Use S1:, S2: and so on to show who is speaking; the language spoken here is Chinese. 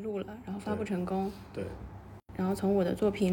S1: 录了，然后发布成功，
S2: 对，
S1: 然后从我的作品